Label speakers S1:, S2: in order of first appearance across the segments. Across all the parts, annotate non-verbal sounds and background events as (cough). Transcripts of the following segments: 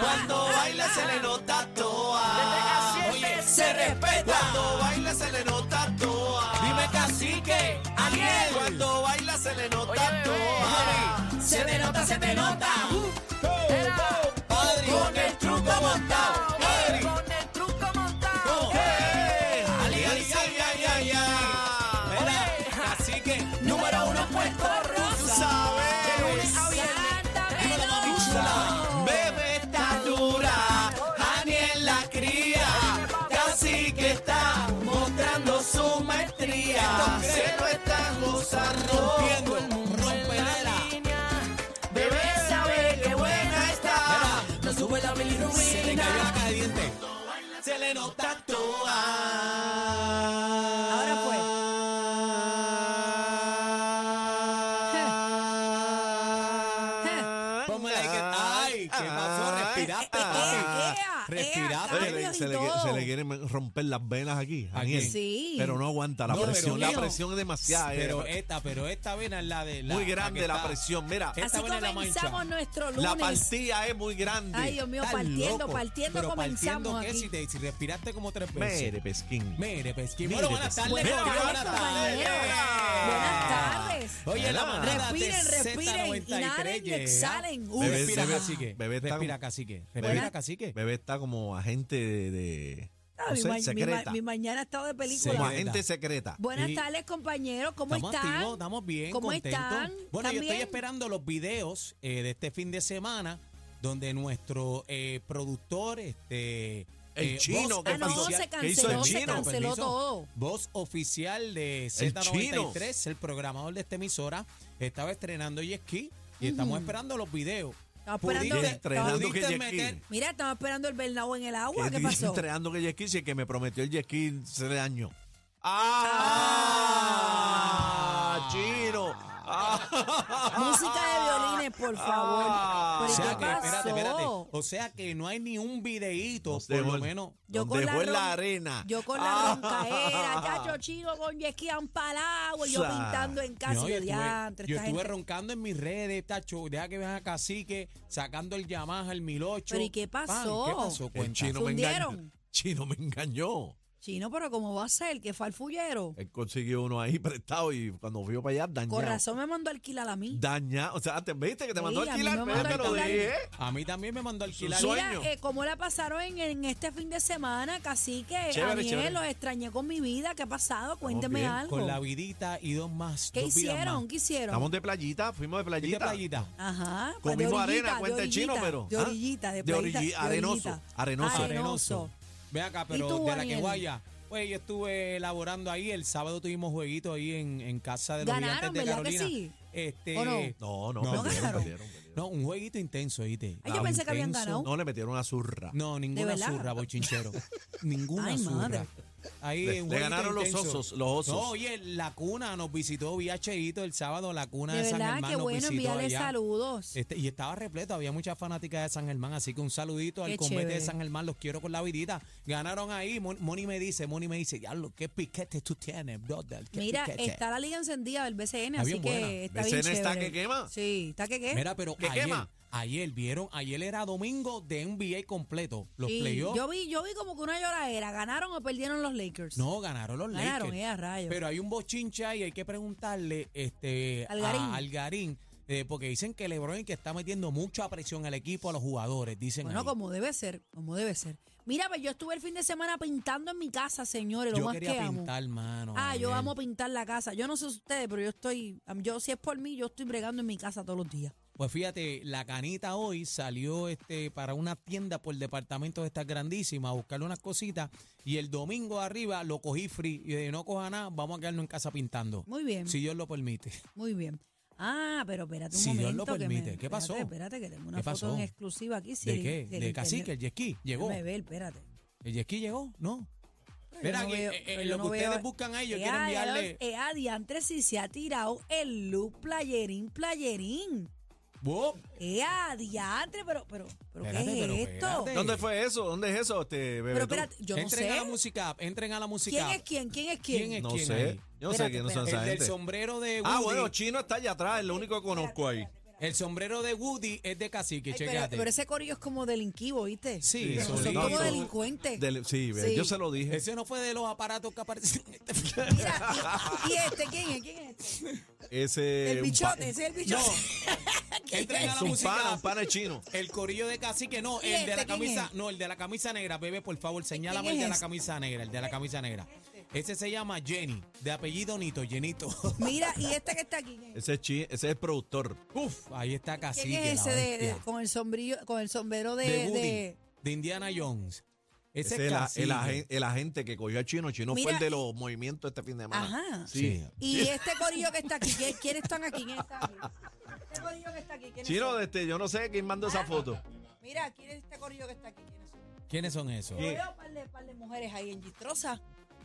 S1: Cuando baila se le nota toa. Oye, se respeta. Cuando baila se le nota toa. Dime cacique, Aniel. Cuando baila se le nota toa. Se te nota, se te nota. Adri, Uh, con el truco montado. Adri.
S2: Con el truco montado.
S1: ¡Eh! ¡Ali, ali, ali, ali, ali, ali! Mira, así que número uno puesto rosa. Tú sabes. Dímelo, mami chula. Bebé está dura, Aniel la cría. Casi que está mostrando su maestría. Se lo están gozando. Rompiendo el mundo Bebé sabe que buena está. No sube la bilirrubina. Se le cayó la caja de dientes. Se le nota toda. Ahora
S3: pues,
S1: fue. Ponme ahí que. ¡Ay! Eh, ¿Qué pasó?
S3: eh,
S2: pues,
S1: Respiraste, papi.
S2: Ah, eh,
S4: Respiraste.
S1: Ea,
S4: Se le, se le quiere- se le quieren romper las venas aquí,
S3: ¿A
S4: Aniel.
S3: quién?
S2: Sí.
S4: Pero no aguanta la
S3: No, pero
S4: presión. La
S3: mío.
S4: presión es demasiada. eh.
S3: Pero esta, pero esta vena es la de la,
S4: muy
S3: que
S4: grande la
S3: está-
S4: presión. Mira,
S3: Esta
S2: Así
S3: buena es la mancha.
S2: comenzamos nuestro
S4: la
S2: lunes.
S4: partida es muy grande.
S2: Ay, Dios mío,
S3: Estás
S2: partiendo,
S3: loco.
S2: partiendo
S3: Pero partiendo
S2: comenzamos
S3: que si,
S2: aquí.
S3: te- si respiraste como tres veces.
S4: Mere, pesquín.
S3: Mere, pesquín.
S4: Mere,
S3: Bueno, buenas
S4: pesquín.
S3: tardes,
S2: Buenas
S3: Corillo,
S2: tardes,
S3: buenas tardes.
S2: compañero. Buenas tardes.
S3: Oye, la
S4: Hola.
S3: manada
S2: Respiren,
S3: de
S2: respiren,
S3: Z93
S2: inhalen y
S3: llega.
S2: exhalen. Uf.
S4: Bebé,
S3: Respira,
S4: bebé,
S3: cacique.
S4: bebé está
S3: Respira,
S4: como-
S3: cacique.
S4: Buenas-
S3: Respira, cacique.
S4: Bebé está como agente de. de-
S2: Ah,
S4: no
S2: mi,
S4: sé,
S2: ma- mi ma-
S4: secreta.
S2: mi mañana ha estado de película.
S4: como
S3: Secreta.
S4: agente secreta.
S2: Buenas
S3: Sí.
S2: tardes, compañeros. ¿Cómo
S3: estamos
S2: están?
S3: activos, estamos bien,
S2: ¿Cómo
S3: contentos.
S2: están?
S3: Bueno,
S2: ¿Están
S3: yo estoy
S2: bien?
S3: esperando los videos eh, de este fin de semana donde nuestro eh, productor, este...
S4: El
S3: eh,
S4: chino,
S3: voz
S4: ¿qué
S2: Ah, no,
S4: pasó?
S3: oficial-
S2: se
S4: ¿Qué hizo el
S2: canceló, se
S4: chino?
S2: canceló
S3: Permiso.
S2: todo.
S3: Voz oficial de
S4: El chino.
S3: Z93, el, programador de esta emisora, estaba estrenando Jet Ski y estamos esperando los videos.
S2: Estaba esperando-
S3: Pudiste-
S4: Estrenando
S3: pudiste
S4: que Jet
S3: meter-
S4: Ski.
S2: Mira, estamos esperando el Bernabéu en el agua.
S4: Que
S2: ¿Qué
S4: dice
S2: pasó?
S4: entrenando que jet ski, si el que me prometió el jet ski se le dañó.
S3: Ah.
S4: ¡Ah! ¡Chino! Ah.
S2: Música de violines, por favor.
S4: Ah.
S2: ¿Pero
S3: O
S2: y
S3: sea
S2: qué
S3: que, espérate, espérate.
S2: pasó?
S3: O sea que no hay ni un videíto,
S4: Nos
S3: por
S4: dejó
S3: lo
S4: el-
S3: menos.
S2: Yo
S4: Donde
S2: con la
S4: fue
S2: ron-
S4: la arena.
S2: Yo con la
S4: Ah.
S3: Ah.
S2: roncaera, chacho chino con jet ski a un palagua, y yo
S4: Sa-
S2: pintando en casa.
S3: No,
S2: yo,
S3: yo estuve,
S2: diantre,
S3: yo
S2: esta
S3: estuve
S2: gente-
S3: roncando en mis redes, tacho. Deja que vean a Cacique sacando el Yamaha, el 1008.
S2: Pero ¿y qué
S3: Pan,
S2: pasó?
S3: ¿Qué pasó?
S4: (laughs) El
S3: Cuenta.
S4: chino me engañó.
S2: Fundieron.
S4: Chino me engañó.
S2: Chino, pero ¿cómo va a ser? Que fue al fullero.
S4: Él consiguió uno ahí prestado y cuando fui yo para allá dañado.
S2: Con razón me mandó a alquilar a mí.
S4: Dañado. O sea, te viste que te
S2: Sí,
S4: mandó
S2: a mí
S4: a alquilar,
S2: me
S4: pero
S2: mandó
S4: te
S2: a
S4: lo
S2: alquilar.
S4: dije. ¿eh?
S3: A mí también me mandó a alquilar.
S4: Su-
S2: Mira,
S4: sueño.
S2: eh, cómo la pasaron en, en este fin de semana, cacique,
S4: Chévere,
S2: Aniel,
S4: chévere.
S2: los extrañé con mi vida, ¿qué ha pasado? Cuénteme
S4: bien,
S2: algo.
S3: con la vidita y dos más.
S2: ¿Qué
S3: dos vidas
S2: hicieron?
S3: más.
S2: ¿Qué hicieron?
S4: Estamos de playita, fuimos de
S3: ¿Viste
S4: playita.
S3: playita?
S2: Ajá. pues de
S4: Comimos
S2: orillita,
S4: arena,
S2: de
S4: cuenta el chino,
S2: orillita,
S4: pero.
S2: De
S4: ¿ah?
S2: orillita, de,
S4: De
S2: playita,
S4: origi-
S2: de
S4: arenoso.
S2: orillita.
S4: Arenoso.
S2: Arenoso.
S3: Ve acá,
S2: ¿Y
S3: pero
S2: tú,
S3: de la
S2: Daniel?
S3: que guaya. Pues yo estuve elaborando ahí. El sábado tuvimos jueguito ahí en, en casa de los
S2: Ganaron,
S3: gigantes de
S2: ¿verdad que
S3: Carolina.
S2: sí?
S3: Este,
S2: ¿O no?
S4: No, no,
S3: No,
S4: perdieron,
S2: ganaron.
S4: perdieron, perdieron.
S3: no, un jueguito intenso, ¿viste?
S2: Ay, yo pensé que habían
S3: Intenso.
S2: ganado.
S4: No le metieron una zurra.
S3: No, ninguna
S2: verdad?
S3: zurra, bochinchero.
S2: (laughs)
S3: ninguna
S2: Ay,
S3: zurra.
S2: madre.
S3: Ahí,
S4: Le-
S3: un
S4: le
S3: jueguito
S4: ganaron los
S3: intenso.
S4: osos, los osos.
S3: No, oye, la cuna nos visitó vía Cheito el sábado, la cuna
S2: De
S3: de, San
S2: verdad,
S3: Germán
S2: qué
S3: nos
S2: bueno,
S3: visitó
S2: envíale
S3: allá.
S2: saludos.
S3: Este, y estaba repleto, había muchas fanáticas de San Germán, así que un saludito
S2: Qué
S3: al convete
S2: chévere.
S3: de San Germán, los quiero con la vidita. Ganaron ahí, Mon- Moni me dice, Moni me dice, diablo, qué piquete tú tienes, brother. qué
S2: Mira,
S3: piquete".
S2: está la liga encendida del BCN,
S3: Está
S2: así
S3: bien
S2: que
S3: buena.
S2: está bien
S4: BCN
S2: chévere.
S4: está que quema.
S2: Sí, está que qué.
S3: Mira, pero
S4: ¿Qué
S3: ayer,
S4: quema?
S3: ayer, vieron, ayer era domingo de NBA completo, los
S2: Sí,
S3: playoffs.
S2: yo vi, yo vi como que una lloradera, ganaron o perdieron los Lakers.
S3: No, ganaron los
S2: Ganaron,
S3: Lakers.
S2: eh, a rayos.
S3: Pero hay un bochincha y hay que preguntarle este,
S2: Algarín.
S3: a Algarín, eh, porque dicen que LeBron que está metiendo mucha presión al equipo, a los jugadores, dicen
S2: Bueno,
S3: ahí.
S2: como debe ser, como debe ser. Mira, pues yo estuve el fin de semana pintando en mi casa, señores, lo
S3: Yo
S2: más que
S3: quería
S2: amo.
S3: pintar, mano.
S2: Ah, yo
S3: Daniel.
S2: amo pintar la casa. Yo no sé ustedes, pero yo estoy, yo si es por mí, yo estoy bregando en mi casa todos los días.
S3: Pues fíjate, la canita hoy salió este para una tienda por el departamento de estas grandísimas a buscarle unas cositas y el domingo arriba lo cogí free y de no coja nada, vamos a quedarnos en casa pintando.
S2: Muy bien,
S3: Si Dios lo permite.
S2: muy bien. Ah, pero espérate un
S3: Si
S2: momento.
S3: Dios lo
S2: que me-
S3: permite. ¿Qué pasó?
S2: Espérate, espérate, que tengo una
S3: ¿Qué
S2: foto
S3: pasó?
S2: en exclusiva aquí. si
S3: ¿De
S2: el-
S3: qué?
S2: si el
S3: ¿De
S2: internet-
S3: cacique? ¿El jet ski? ¿Llegó?
S2: Déjame ver, espérate.
S3: ¿El jet ski llegó? No.
S2: Yo
S3: Espera,
S2: no
S3: que,
S2: veo-
S3: eh, eh,
S2: pero yo
S3: lo
S2: no
S3: que ustedes
S2: veo- Eh, ah,
S3: buscan ahí, yo
S2: Ea,
S3: quiero enviarle.
S2: Ea, ea, diantre, si se ha tirado el look playerín, playerín.
S3: Wow.
S2: ¡Eh, diantre! Pero, pero, pero
S3: Espérate,
S2: ¿qué es
S3: pero
S2: esto?
S3: espérate.
S4: ¿Dónde fue eso? ¿Dónde es eso, este bebé?
S2: Pero
S4: tú?
S2: espérate, yo no
S3: entren a la
S2: sé.
S3: música, app, entren a la música.
S2: ¿Quién
S3: app.
S2: es quién? ¿Quién es quién?
S3: ¿Quién es?
S4: No
S3: ¿quién
S4: sé.
S3: ahí?
S4: Yo no sé
S2: Espérate,
S4: quiénes son
S3: El
S4: esa
S3: del
S4: gente.
S3: sombrero de Woody.
S4: Ah, bueno, Chino está allá atrás, es lo único que conozco ahí.
S3: El sombrero de Woody es de cacique,
S2: Ay, pero,
S3: checate.
S2: pero ese corillo es como delinquivo, ¿viste?
S3: Sí,
S2: Son
S3: solito.
S2: como delincuentes.
S4: Del- sí, ve,
S2: Sí.
S4: yo se lo dije.
S3: Ese no fue de los aparatos que este aparecen.
S2: Mira, y, y este, ¿quién es? ¿Quién es este?
S4: Ese.
S2: El
S4: Eh, un pa-
S2: bichote, ese es el bichote. (laughs) ¿Quién
S3: entren a
S2: es?
S3: la
S4: un
S3: música.
S4: pana, un pana chino.
S3: (laughs) El corillo de cacique, no,
S2: ¿Y
S3: el de
S2: este
S3: la
S2: quién
S3: camisa,
S2: es?
S3: no, el de la camisa negra, bebé, por favor, señálame
S2: quién
S3: el de
S2: es
S3: la
S2: este?
S3: camisa negra, el de la camisa negra. Ese se llama Jenny, de apellido Nito, Jenito. (laughs)
S2: Mira, y este que está aquí. ¿quién es?
S4: Ese es, chi- ese es el productor.
S3: Uf, ahí está cacique.
S2: ¿Quién es
S3: la
S2: ese de, de-
S3: bestia.
S2: con el sombrillo, con el sombrero de,
S3: de, Woody,
S2: de-
S3: de Indiana Jones. Ese,
S4: Ese
S3: es
S4: es la-
S3: Cacique.
S4: el, agen- el agente que cogió a Chino. Chino fue
S2: Mira,
S4: el de los movimientos este fin de semana.
S2: Ajá.
S4: Sí.
S3: Sí.
S2: Y este corillo que está aquí, ¿quién- ¿quiénes están aquí? ¿Quién está aquí? Este corillo que está aquí, ¿quiénes
S4: Chino,
S2: son?
S4: este, yo no sé quién mandó
S2: Ah,
S4: esa foto.
S2: Mira, ¿quién es este corillo que está aquí? ¿Quiénes son?
S3: ¿Quiénes son esos?
S2: Yo veo un par de, par de mujeres ahí en Gistrosa.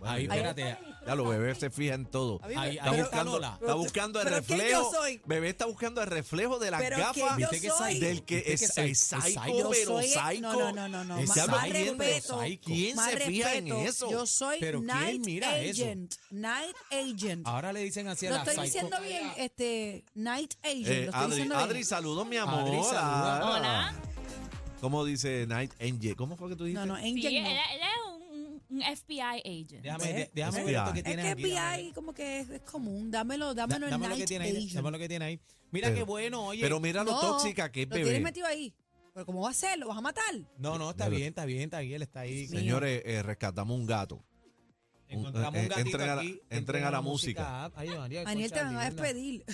S3: Ahí,
S2: Ahí
S4: ya-
S3: espérate.
S2: está Gistrosa.
S4: Ya los bebés se fijan en todo.
S2: A mí
S3: este- Ahí-
S2: me-
S4: Está
S3: ahí
S2: pero-
S3: está
S4: buscando,
S3: Lola.
S4: está buscando el
S2: ¿Pero quién yo
S4: reflejo.
S2: soy?
S4: Bebé está buscando el reflejo de las
S2: Pero ¿quién yo
S4: gafas.
S3: ¿Viste que
S2: soy?
S3: soy?
S4: Del que
S3: ¿Viste
S4: es,
S3: soy-
S4: es
S3: soy
S4: psycho,
S3: psycho?
S2: Yo
S4: pero
S2: soy-
S4: psycho.
S2: no, no, no, no, no,
S4: Ese
S3: más-
S4: habla
S3: más
S4: bien, pero
S3: respeto,
S4: psycho.
S3: ¿Quién
S4: ¿Quién se fija en eso?
S2: Yo soy
S3: ¿Pero quién
S2: Night
S3: mira eso?
S2: Agent. Night Agent.
S3: Ahora le dicen así a
S2: Lo
S3: la
S2: estoy
S3: psycho.
S2: diciendo bien, este, Night Agent.
S4: Eh,
S2: lo estoy
S4: Adri,
S2: diciendo
S4: Adri,
S2: bien.
S4: saludos, mi amor.
S3: Adri, saluda.
S4: Hola.
S5: Hola.
S4: ¿Cómo dice Night Angel? ¿Cómo fue que tú
S2: No,
S4: dijiste?
S2: no, Agent.
S5: Sí, él,
S2: no.
S5: él es un, un- un FBI agent.
S3: Déjame,
S2: ¿Ves?
S3: de- déjame
S4: Es
S3: ver esto
S4: que
S3: que tienes
S2: Es que
S3: aquí. dame-
S2: PI como que es, es común. Dámelo,
S3: da-
S2: dámelo en
S3: dame lo que
S2: Night
S3: tiene ahí.
S2: Agent.
S3: Dame lo que tiene ahí. Mira
S4: Pero-
S3: qué bueno, oye.
S4: Pero mira lo
S2: No,
S4: tóxica que es
S2: Lo tienes
S4: bebé.
S2: metido ahí. Pero ¿cómo va a ser? ¿Lo vas a matar?
S3: no, no, está
S4: Mira.
S3: bien, está bien, está bien. Él está ahí.
S2: mío.
S4: Señores, eh, rescatamos un gato.
S3: Encontramos
S4: Eh,
S3: un
S4: eh,
S3: gatito
S4: entren a la-
S3: aquí.
S4: entren a la música.
S3: app. Ay, Daniel,
S2: Daniel, te
S3: concha
S2: van a
S3: linda.
S2: despedir.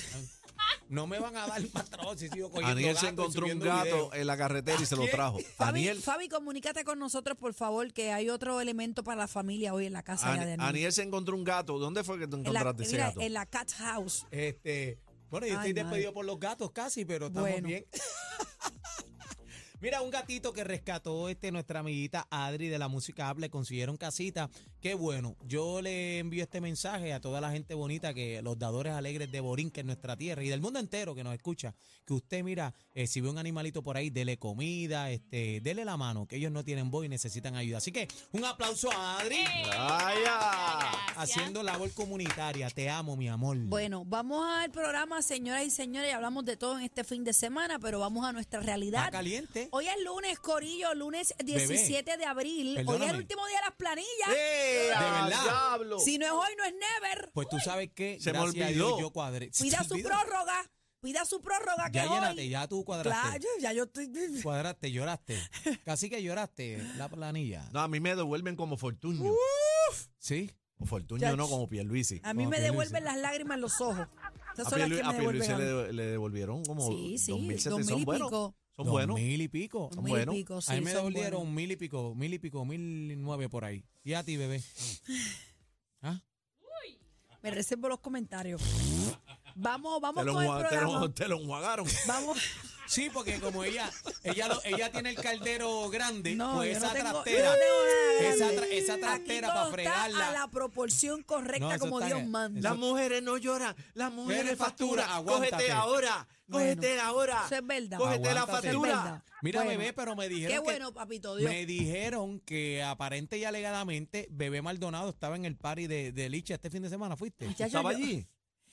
S3: No me van a dar (laughs) patrón si sigo cogiendo
S4: Aniel
S3: gatos y
S4: se encontró un
S3: subiendo
S4: gato
S3: videos.
S4: en la carretera y se lo
S3: ¿Quién?
S4: trajo.
S2: Fabi,
S4: Aniel,
S2: Fabi, comunícate con nosotros, por favor, que hay otro elemento para la familia hoy en la casa ya
S4: Ani-
S2: de Daniel.
S4: Aniel se encontró un gato. ¿Dónde fue que tú
S2: en la,
S4: encontraste ese
S2: mira,
S4: gato?
S2: en la cat house.
S3: Este, bueno, yo
S2: Ay,
S3: estoy
S2: madre.
S3: despedido por los gatos casi, pero estamos
S2: Bueno.
S3: bien. (laughs) Mira, un gatito que rescató este nuestra amiguita Adri de la música App, le consiguieron casita. Qué bueno. Yo le envío este mensaje a toda la gente bonita que los dadores alegres de Borín, que es nuestra tierra y del mundo entero que nos escucha, que usted mira, eh, si ve un animalito por ahí, dele comida, este, dele la mano, que ellos no tienen voz y necesitan ayuda. Así que un aplauso a Adri
S4: Vaya.
S3: haciendo labor comunitaria. Te amo, mi amor.
S2: Bueno, vamos al programa, señoras y señores, y hablamos de todo en este fin de semana, pero vamos a nuestra
S3: Está
S2: realidad.
S3: caliente.
S2: Hoy es lunes, Corillo, lunes 17 de abril. Hoy es
S3: Perdóname.
S2: el último día de las planillas.
S4: ¡Eh,
S3: De
S4: al
S3: verdad.
S4: diablo!
S2: Si no es hoy, no es never.
S3: Pues tú sabes que
S4: Se me
S3: gracias a
S4: olvidó.
S3: Dios, yo cuadré. (laughs) Se
S2: Cuida
S3: te
S2: su
S3: olvidó.
S2: prórroga. Cuida su prórroga que
S3: Ya
S2: es
S3: llénate,
S2: hoy.
S3: ya tú
S2: Claro,
S3: cuadraste.
S2: ya yo estoy.
S3: Cuadraste, lloraste. Casi que lloraste la planilla.
S4: No, a mí me devuelven como Fortunio.
S3: ¿Sí?
S4: O Fortunio
S2: Uh, Chacho.
S4: no, como Pierluisi.
S2: A mí
S3: Como
S2: me
S3: que
S2: devuelven
S3: Luis.
S2: las lágrimas en los ojos. Esas
S4: A,
S2: son las
S4: Pierlu-
S2: que
S4: a
S2: me
S4: Pierluisi
S2: devuelven. a
S4: le,
S2: mí.
S4: de- le devolvieron como
S2: Sí, sí,
S4: 2.700.
S2: dos mil y
S4: son buenos.
S2: pico.
S4: Son
S3: Dos
S4: buenos.
S3: mil y pico.
S2: Dos mil y
S4: buenos.
S2: pico, sí,
S3: a mí me
S2: son
S3: devolvieron
S2: buenos.
S3: mil y pico, mil y pico, mil nueve por ahí. Y a ti, bebé. ¿Ah?
S2: Me reservo los comentarios. Vamos, vamos
S4: Te lo,
S2: con el
S4: enjua- te,
S2: programa.
S4: lo, te lo enjuagaron.
S2: Vamos.
S3: Sí, porque como ella ella lo- ella tiene el caldero grande,
S2: No,
S3: pues
S2: yo
S3: esa
S2: no tengo,
S3: trastera,
S2: yo no tengo nada
S3: esa,
S2: grande.
S3: tra- esa
S2: Aquí
S3: trastera
S2: todo
S3: para
S2: está a
S3: fregarla.
S2: la proporción correcta
S3: No, eso
S2: como
S3: está
S2: Dios
S3: bien.
S2: manda.
S3: Eso-
S4: Las mujeres no lloran, las mujeres
S3: Mujeres
S4: facturan.
S3: factura,
S4: Cógete
S3: aguántate.
S4: ahora,
S2: Bueno,
S4: cógete ahora.
S2: eso es verdad.
S4: Cógete la
S3: Aguántate.
S2: Eso es
S4: factura.
S2: verdad.
S3: Mira,
S2: Bueno.
S3: bebé, pero me dijeron
S2: Qué
S3: que-
S2: bueno, papito Dios.
S3: Me dijeron que aparente y alegadamente Bebé Maldonado estaba en el party de, de Licha este fin de semana. ¿Fuiste?
S2: Muchacho,
S4: ¿Estaba
S2: yo-
S4: allí?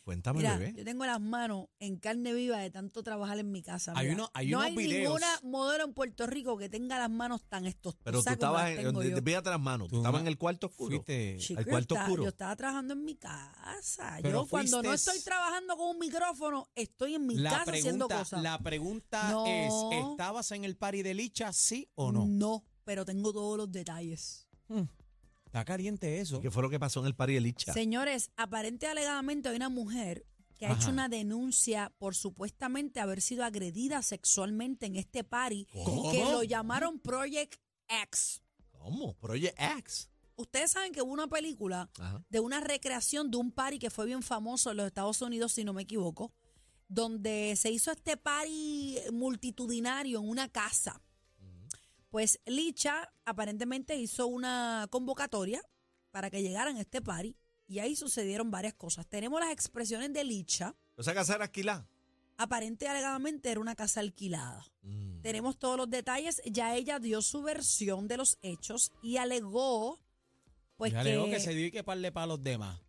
S4: Cuéntame,
S2: Mira,
S4: bebé.
S2: yo tengo las manos en carne viva de tanto trabajar en mi casa.
S3: Hay
S2: mira.
S3: uno- hay
S2: no
S3: unos
S2: hay
S3: videos.
S2: ninguna modelo en Puerto Rico que tenga las manos tan estostosadas
S4: Pero tú
S2: como
S4: estabas
S2: las
S4: en,
S2: tengo
S4: de-
S2: yo.
S4: de- fíjate las manos, tú
S3: Tú
S4: estabas
S3: no-
S4: en el cuarto oscuro.
S3: Fuiste.
S2: Chico,
S4: al
S2: yo
S4: cuarto
S2: estaba-
S4: oscuro.
S2: Yo estaba trabajando en mi casa.
S3: Pero
S2: yo cuando no
S3: fuiste-
S2: estoy trabajando con un micrófono, estoy en mi
S3: La
S2: casa haciendo
S3: pregunta,
S2: cosas.
S3: la pregunta
S2: No. Mm.
S3: es, ¿estabas en el party de Licha, sí o no?
S2: pero tengo todos los detalles.
S3: Está caliente eso.
S2: Pues
S4: ¿Qué fue lo que pasó en el party de Licha?
S2: Señores, aparente y alegadamente hay una mujer que ha hecho
S3: Ajá.
S2: una denuncia por supuestamente haber sido agredida sexualmente en este party
S3: ¿Cómo?
S2: que lo llamaron Project X.
S4: ¿Cómo? Project X.
S2: Ustedes saben que hubo una película
S4: Ajá.
S2: de una recreación de un party que fue bien famoso en los Estados Unidos, si no me equivoco, donde se hizo este party multitudinario en una casa.
S4: Mm.
S2: Pues Licha aparentemente hizo una convocatoria para que llegaran a este party y ahí sucedieron varias cosas. Tenemos las expresiones de Licha.
S4: O sea, que hacer aquí la.
S2: Aparente y alegadamente era una casa alquilada.
S4: Mm.
S2: Tenemos todos los detalles. Ya ella dio su versión de los hechos y alegó, pues
S3: Ya
S2: que,
S3: leo que se dedique parle para los demás.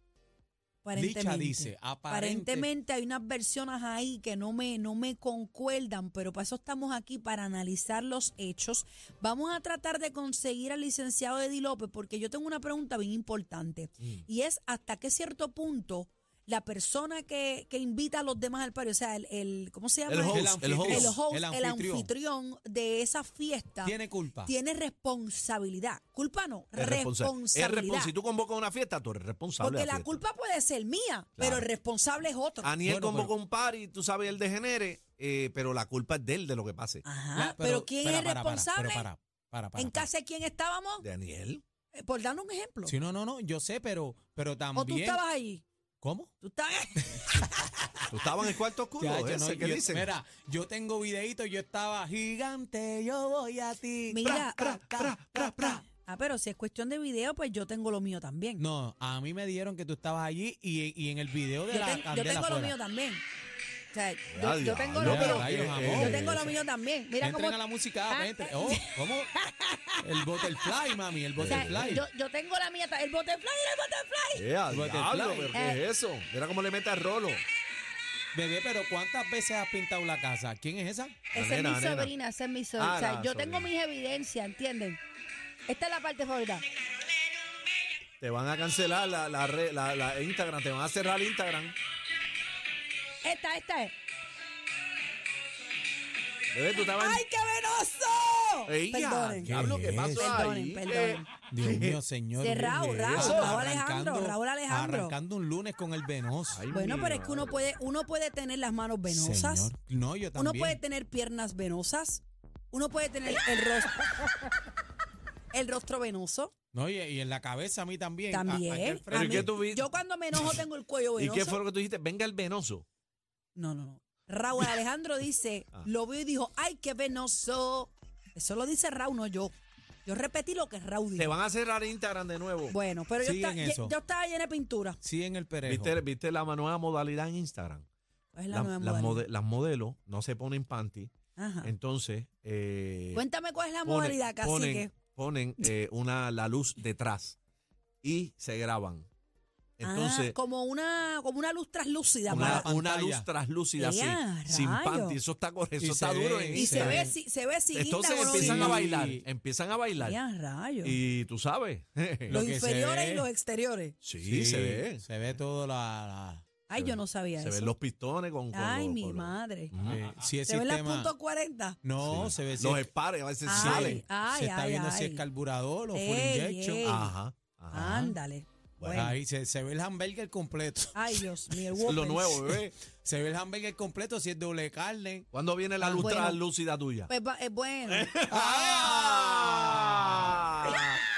S3: Licha
S2: aparentemente,
S3: dice, aparentemente.
S2: aparentemente hay unas versiones ahí que no me, no me concuerdan, pero para eso estamos aquí, para analizar los hechos. Vamos a tratar de conseguir al licenciado Eddie López, porque yo tengo una pregunta bien importante, y es hasta qué cierto punto la persona que, que invita a los demás al pario, o sea, el, el- ¿cómo se llama?
S4: El host, el host.
S2: el host,
S3: el
S2: el
S3: anfitrión.
S2: anfitrión de esa fiesta
S3: Tiene culpa.
S2: tiene responsabilidad. Culpa no,
S4: Es responsable. Es
S2: responsabilidad.
S4: respons- si tú convocas una fiesta, tú eres responsable.
S2: Porque
S4: de la,
S2: la
S4: fiesta. Ah,
S2: culpa puede ser mía, pero el responsable es otro.
S4: Aniel
S3: Bueno,
S4: convocó un party, tú sabes, él degenere, eh, pero la culpa es de él, de lo que pase.
S2: Ajá,
S3: La-
S2: Ah, pero, ¿quién
S3: espera,
S2: es el
S3: para, para,
S2: responsable?
S3: pero para, para, para,
S2: ¿En
S3: para.
S2: casa de quién estábamos?
S4: De Aniel.
S2: Eh, Por dar un ejemplo.
S3: Sí, no, no, no, yo sé, pero, pero
S2: o tú
S3: también.
S2: estabas ahí.
S3: ¿Cómo?
S2: Tú
S3: (laughs)
S2: estabas
S4: Tú estabas en el cuarto oscuro,
S3: Ya, yo
S4: ese
S3: no-
S4: que
S3: yo-
S4: dicen.
S3: Mira, yo tengo videitos, yo estaba gigante, yo voy a ti.
S2: Mira.
S3: Pra, pra, pra, pra, pra.
S2: Ah, pero si es cuestión de video, pues yo tengo lo mío también.
S3: No, a mí me dieron que tú estabas allí y, y en el video de
S2: yo,
S3: la
S2: ten- yo
S3: candela
S2: tengo lo
S3: afuera.
S2: mío también. O sea, yo,
S4: Ya,
S2: yo tengo
S4: diablo,
S2: lo mío.
S3: pero-
S4: eh,
S2: yo
S4: eh,
S2: tengo lo mío también. Mira
S3: Entren
S2: cómo. Ah, eh,
S3: a la música, app, entre. Oh,
S2: (laughs)
S3: ¿cómo? El butterfly, mami, el
S2: o sea,
S3: butterfly.
S2: yo, yo tengo la mía. ta- El butterfly, el butterfly.
S4: Eh, a
S3: Butterfly.
S4: diablo, pero ¿qué
S2: Eh.
S4: es eso? Mira cómo le mete a Rolo.
S3: Bebé, pero ¿cuántas veces has pintado la casa? ¿Quién es esa?
S4: La
S2: Esa
S4: nena,
S2: es mi
S4: la nena.
S2: sobrina, esa es mi sobrina.
S4: Ah,
S2: o sea,
S4: la
S2: yo
S4: sobrina.
S2: tengo mis evidencias, ¿entienden? Esta es la parte favorita.
S4: Te van a cancelar la, la, re- la- la Instagram, te van a cerrar Instagram.
S2: Esta, esta es.
S4: Bebé, tú estabas en-
S2: ¡Ay, qué venoso!
S4: Ella,
S2: Perdonen.
S4: diablo, ¿qué
S3: ¿Qué
S4: pasó
S2: es?
S4: ahí? Eh,
S2: Perdonen, perdonen.
S3: Dios mío, señor.
S2: De
S3: ¿qué
S2: Raúl,
S3: es
S2: Raúl,
S3: eso?
S2: Raúl Alejandro,
S3: Arrancando-
S2: Raúl Alejandro.
S3: Arrancando un lunes con el venoso.
S4: Ay,
S2: Bueno,
S4: mi
S2: pero es que uno puede, uno puede tener las manos venosas,
S3: Señor. No, yo
S2: uno
S3: también.
S2: puede tener piernas venosas, uno puede tener el rostro,
S4: (laughs)
S2: el rostro venoso
S3: No, y, y en la cabeza a mí también. A- aquí
S2: también. A
S3: al
S4: Pero ¿y
S3: frente.
S2: mí-
S4: qué tú vi-
S2: yo cuando me enojo tengo el cuello
S4: (laughs) ¿Y
S2: venoso.
S4: qué fue lo que tú dijiste? Venga el venoso.
S2: No, no, no. Raúl Alejandro dice,
S4: (laughs) Ah.
S2: lo vio y dijo, ¡ay, qué venoso! Eso lo dice Raúl, no yo. Yo repetí lo que Raúl
S4: Te
S2: dijo.
S4: van a cerrar Instagram de nuevo.
S2: Bueno, pero yo,
S3: Siguen
S2: esta- ye-
S3: eso.
S2: yo estaba llena de pintura.
S3: Sí, en el perejo.
S4: ¿Viste, e-? viste la nueva modalidad en Instagram?
S2: Es la
S4: Las-
S2: nueva modalidad. Ah.
S4: las, mode- las modelos no se ponen panty.
S2: Ajá.
S4: Entonces, eh,
S2: Cuéntame cuál es la
S4: ponen-
S2: modalidad, cacique.
S4: ponen, ponen, eh, una, la luz detrás y se graban. Entonces,
S2: Ah, como una como una luz traslúcida
S4: una,
S2: para-
S3: pantalla.
S4: una luz traslúcida así,
S2: ¡Ea,
S4: sin
S2: rayos!
S4: panty. Eso está, cor- eso
S3: Y
S4: está
S3: se
S4: duro.
S3: ve,
S4: en
S2: y se
S4: Instagram.
S2: ve si se ve si
S4: Entonces
S2: guinda o no
S4: empiezan
S2: guinda.
S4: a bailar, empiezan a bailar.
S2: Ea, rayos.
S4: Y tú sabes. (laughs)
S3: Lo
S2: los
S3: que se
S2: inferiores
S3: ve.
S2: y los exteriores
S4: sí, se ve.
S3: Se ve todo la.
S2: ay yo no sabía
S4: Se
S2: eso
S4: ven los pistones con. con
S2: ay
S4: los-
S2: mi
S4: con los-
S2: madre
S3: la-
S4: Ujú.
S3: eh, si es
S2: se ven las
S3: sistema.
S2: punto 40
S3: No,
S4: Ah, Sí.
S3: se ve si
S4: Los
S3: es-
S4: espares a veces
S2: Ay,
S4: salen.
S2: ay
S3: se está
S2: ay,
S3: viendo si
S2: ay.
S3: es carburador o full
S2: Ey,
S3: injection.
S2: ey.
S3: Ah,
S4: Ajá. ajá. Pues
S2: ándale
S4: Bueno.
S2: bueno
S3: Ahí se, se ve el hamburger completo. (laughs)
S2: ay Dios mío el
S4: Es (laughs) Lo
S2: Whopper.
S4: nuevo, bebé.
S3: Se ve el hamburger completo si es doble carne.
S4: ¿Cuándo viene la
S2: Ah,
S4: luz
S2: bueno.
S4: translúcida tuya?
S2: Pues va- es
S4: (laughs)
S2: bueno
S4: ¡Ah!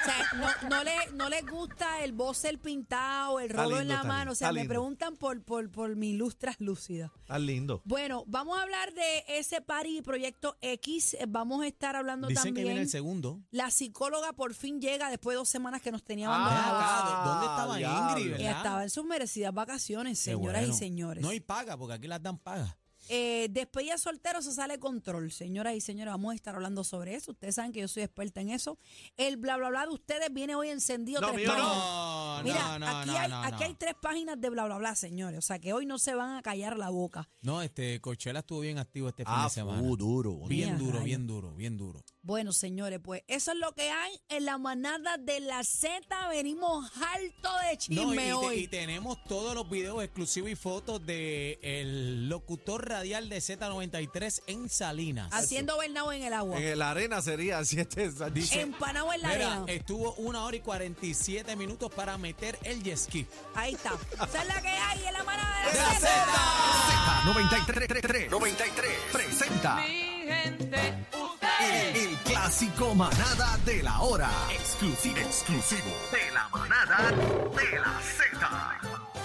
S2: O sea, no, no, le, no les gusta el el pintado, el
S4: Está
S2: rolo en la
S4: lindo, está
S2: mano.
S4: lindo,
S2: O sea,
S4: está
S2: me
S4: lindo.
S2: preguntan por, por, por mi luz traslúcida.
S4: Está lindo.
S2: Bueno, vamos a hablar de ese party proyecto X. Eh, Vamos a estar hablando
S3: Dicen que viene
S2: también.
S3: el segundo.
S2: La psicóloga por fin llega después de dos semanas que nos tenía
S4: Ah,
S2: abandonados.
S3: Ven acá, ¿dónde estaba
S4: diablo.
S3: Ingrid,
S2: Y
S3: verdad?
S2: estaba en sus merecidas vacaciones,
S3: Qué
S2: señoras
S3: bueno.
S2: y señores.
S3: No hay paga, porque aquí las dan paga.
S2: Eh, despedida soltero se sale de control, señoras y señores. Vamos a estar hablando sobre eso. Ustedes saben que yo soy experta en eso. El bla bla bla de ustedes viene hoy encendido.
S4: No,
S2: tres
S4: mío no.
S2: páginas.
S3: No,
S2: Mira,
S3: no, no,
S2: aquí,
S3: no,
S2: hay,
S3: no,
S2: aquí hay
S3: no.
S2: tres páginas de bla bla bla, señores. O sea que hoy no se van a callar la boca.
S3: No, este, Coachella estuvo bien activo este fin
S4: Ah,
S3: de semana.
S4: fu, duro.
S3: Bien
S2: Mira,
S3: duro,
S2: rayo.
S3: bien duro, bien duro.
S2: Bueno, señores, pues eso es lo que hay en la manada de la Z. Venimos alto de
S3: No, y,
S2: chisme
S3: te-
S2: hoy.
S3: y tenemos todos los videos exclusivos y fotos de el locutor radial de Z93 en Salinas.
S2: haciendo Bernabé en el agua.
S4: En la arena sería así este salchichón.
S2: Empanado en la
S3: Mira, eh.
S2: arena.
S3: estuvo una hora y 47 minutos para meter el jet ski.
S2: Ahí está. Esa es la que hay en la manada de
S4: ¡De
S2: la
S4: la
S2: Z.
S4: Zeta!
S6: 93 93 presenta el, el clásico manada de la hora. Exclusivo. Exclusivo. De la manada de la Z.